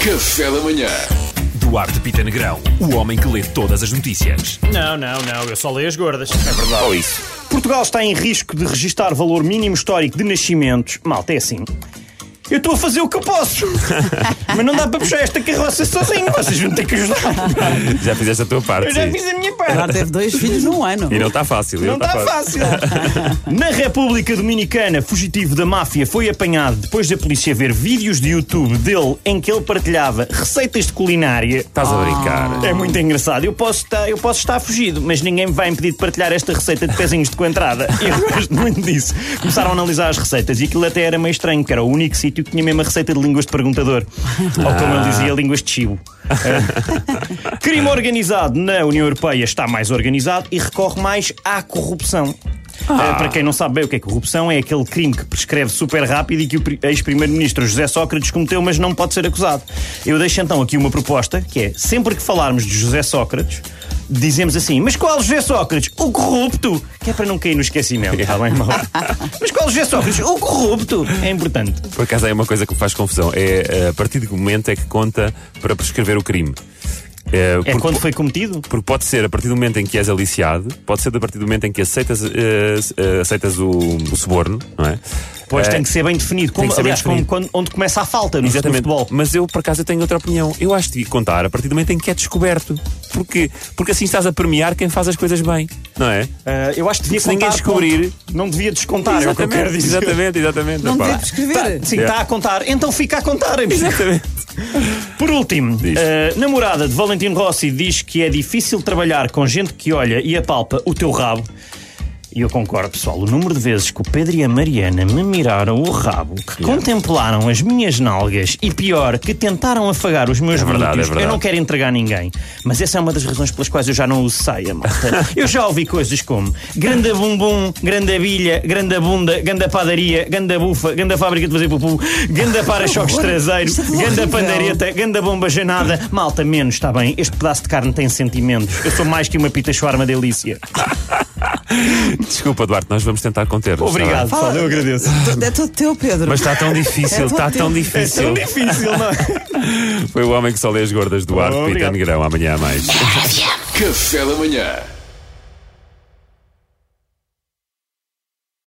Café da Manhã. Duarte Pita Negrão, o homem que lê todas as notícias. Não, não, não, eu só leio as gordas. Ou isso. Oh, Portugal está em risco de registar valor mínimo histórico de nascimentos. Malta, é assim. Eu estou a fazer o que eu posso, mas não dá para puxar esta carroça sozinho, vocês vão ter que ajudar. Já fizeste a tua parte. Eu já sim. fiz a minha Ela parte. teve dois filhos num ano. E não está fácil. e Não está fácil. Na República Dominicana, fugitivo da máfia foi apanhado depois da polícia ver vídeos de YouTube dele em que ele partilhava receitas de culinária. Estás a brincar. É muito engraçado. Eu posso, estar, eu posso estar fugido, mas ninguém me vai impedir de partilhar esta receita de pezinhos de coentrada. Eu gosto muito disso. Começaram a analisar as receitas e aquilo até era meio estranho, que era o único sítio que tinha mesmo a receita de línguas de perguntador. Ou como ele dizia, línguas de chivo. Ah. Crime organizado na União Europeia está mais organizado e recorre mais à corrupção. Ah, para quem não sabe bem o que é corrupção, é aquele crime que prescreve super rápido e que o pri- ex-primeiro-ministro José Sócrates cometeu, mas não pode ser acusado. Eu deixo então aqui uma proposta, que é, sempre que falarmos de José Sócrates, dizemos assim, mas qual José Sócrates? O corrupto! Que é para não cair no esquecimento, está bem, mal? Mas qual José Sócrates? O corrupto! É importante. Por acaso é uma coisa que me faz confusão. É eh, a partir de que momento é que conta para prescrever o crime? Eh, É porque- É. quando foi cometido? Porque pode ser a partir do momento em que és aliciado, pode ser a partir do momento em que aceitas, eh, eh, aceitas o, o suborno, não é? Pois Eh, tem que ser bem definido. tem Como, que ser bem aliás, como definido. quando- onde começa a falta no, no Exatamente. futebol. Mas eu, por acaso, eu tenho outra opinião. Eu acho que devia contar a partir do momento em que é descoberto. Porque, porque assim estás a premiar quem faz as coisas bem, não é? Ah, eu acho que devia Se ninguém contar. descobrir- ponto. Não devia descontar, é o que eu quero dizer. Tá, exatamente, exatamente. Não Epá. teve de escrever. Yeah. Sim, está a contar. Então fica a contar, amigo. Exatamente. Por último, Diz. eh, namorada de Valentino Rossi diz que é difícil trabalhar com gente que olha e apalpa o teu rabo. E eu concordo, pessoal. O número de vezes que o Pedro e a Mariana me miraram o rabo, que contemplaram as minhas nalgas e, pior, que tentaram afagar os meus verdade, glúteos, é verdade. eu não quero entregar ninguém. Mas essa é uma das razões pelas quais eu já não uso saia, malta. eu já ouvi coisas como grande bumbum, grande abilha, grande bunda, grande padaria, grande bufa, grande fábrica de fazer pupu, grande para-choques traseiro, Isto é tudo grande horrível. pandareta Malta, ganda bomba janada. Malta, menos, está bem? Este pedaço de carne tem sentimentos. Eu sou mais que uma pita shawarma delícia. Desculpa, Duarte, nós vamos tentar conter. Obrigado, Fala. pessoal, eu agradeço. É todo teu, Pedro. Mas está tão difícil, É todo está tão tempo. É difícil. tão difícil, não é? Foi o homem que só lê as gordas do ar, Pita Obrigado. Negrão. Amanhã há mais. Café da Manhã.